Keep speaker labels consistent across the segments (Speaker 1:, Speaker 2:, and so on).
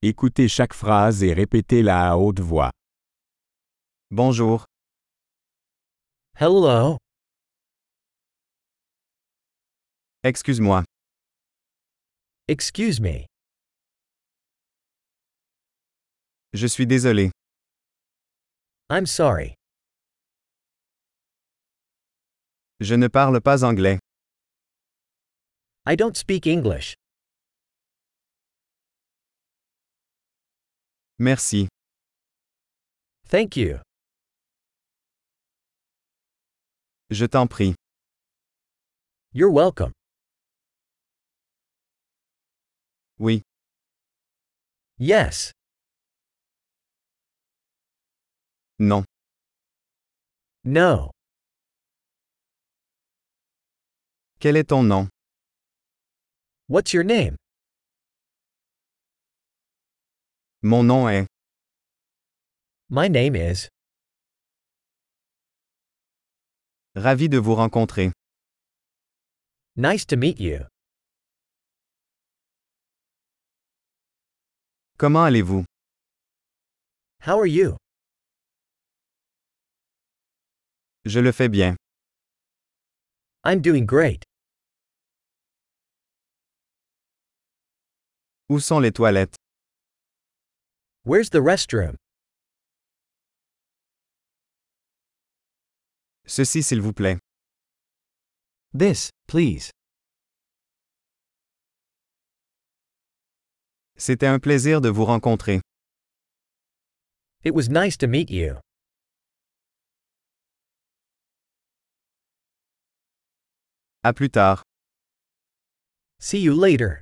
Speaker 1: Écoutez chaque phrase et répétez-la à haute voix. Bonjour,
Speaker 2: Hello.
Speaker 1: excuse-moi,
Speaker 2: Excuse me.
Speaker 1: je suis désolé,
Speaker 2: I'm sorry.
Speaker 1: je ne parle pas anglais.
Speaker 2: I don't speak English.
Speaker 1: Merci,
Speaker 2: Thank you.
Speaker 1: je t'en prie.
Speaker 2: You're welcome.
Speaker 1: Oui,
Speaker 2: Yes.
Speaker 1: non,
Speaker 2: No.
Speaker 1: quel est ton nom?
Speaker 2: What's your name?
Speaker 1: Mon nom est.
Speaker 2: My name is.
Speaker 1: Ravi de vous rencontrer.
Speaker 2: Nice to meet you.
Speaker 1: Comment allez-vous?
Speaker 2: How are you?
Speaker 1: Je le fais bien.
Speaker 2: I'm doing great.
Speaker 1: Où sont les toilettes?
Speaker 2: Where's the restroom?
Speaker 1: Ceci s'il vous plaît.
Speaker 2: This, please.
Speaker 1: C'était un plaisir de vous rencontrer.
Speaker 2: It was nice to meet you.
Speaker 1: À plus tard.
Speaker 2: See you later.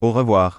Speaker 1: Au revoir.